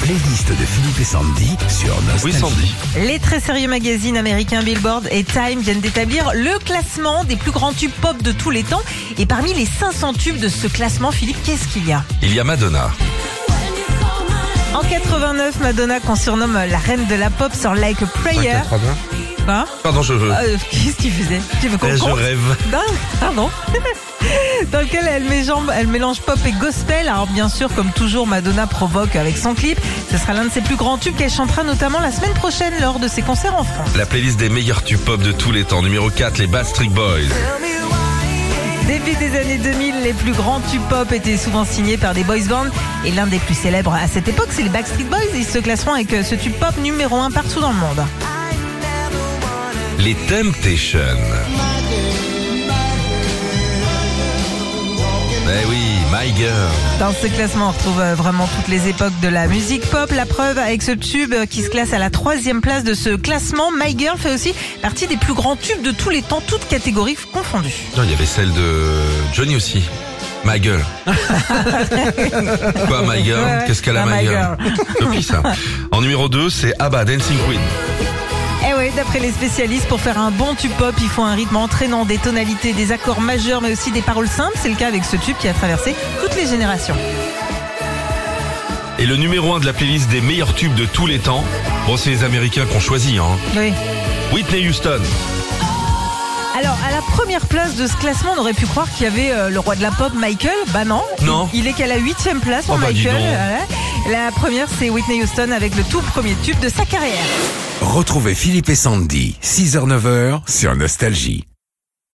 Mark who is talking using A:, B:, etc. A: playlist de Philippe et Sandy sur
B: Oui,
A: Nostalgie.
B: Sandy.
C: Les très sérieux magazines américains Billboard et Time viennent d'établir le classement des plus grands tubes pop de tous les temps. Et parmi les 500 tubes de ce classement, Philippe, qu'est-ce qu'il y a
B: Il y a Madonna.
C: En 89, Madonna, qu'on surnomme la reine de la pop, sort Like a Prayer. Quoi
B: Pardon, je veux.
C: Euh, Qu'est-ce qu'il faisait Tu veux qu'on
B: Eh, je
C: compte
B: rêve.
C: Non, pardon. Dans lequel elle, mélange- elle mélange pop et gospel. Alors bien sûr, comme toujours, Madonna provoque avec son clip. Ce sera l'un de ses plus grands tubes qu'elle chantera notamment la semaine prochaine lors de ses concerts en France.
B: La playlist des meilleurs tubes pop de tous les temps. Numéro 4, les Bad Street Boys.
C: Début des années 2000, les plus grands tubes pop étaient souvent signés par des boys bands. Et l'un des plus célèbres à cette époque, c'est les Backstreet Boys. Ils se classeront avec euh, ce tube pop numéro 1 partout dans le monde.
B: Les Temptations. Eh oui, My Girl.
C: Dans ce classement, on retrouve euh, vraiment toutes les époques de la musique pop. La preuve avec ce tube euh, qui se classe à la troisième place de ce classement. My Girl fait aussi partie des plus grands tubes de tous les temps, toutes catégories confondues.
B: Non, il y avait celle de Johnny aussi. My Girl. Quoi, My Girl
C: Ouais, ouais.
B: Qu'est-ce qu'elle a,
C: Ah,
B: My
C: My
B: Girl Depuis ça. En numéro 2, c'est Abba, Dancing Queen.
C: Eh ouais, d'après les spécialistes, pour faire un bon tube pop, il faut un rythme entraînant, des tonalités, des accords majeurs, mais aussi des paroles simples. C'est le cas avec ce tube qui a traversé toutes les générations.
B: Et le numéro 1 de la playlist des meilleurs tubes de tous les temps. Bon, c'est les Américains qu'on choisit, hein.
C: Oui.
B: Whitney Houston.
C: Alors, à la première place de ce classement, on aurait pu croire qu'il y avait euh, le roi de la pop, Michael. Bah non.
B: Non.
C: Il, il est qu'à la huitième place pour
B: Oh bah dis
C: Michael.
B: donc.
C: Voilà. La première, c'est Whitney Houston avec le tout premier tube de sa carrière.
A: Retrouvez Philippe et Sandy, 6h-9h sur Nostalgie.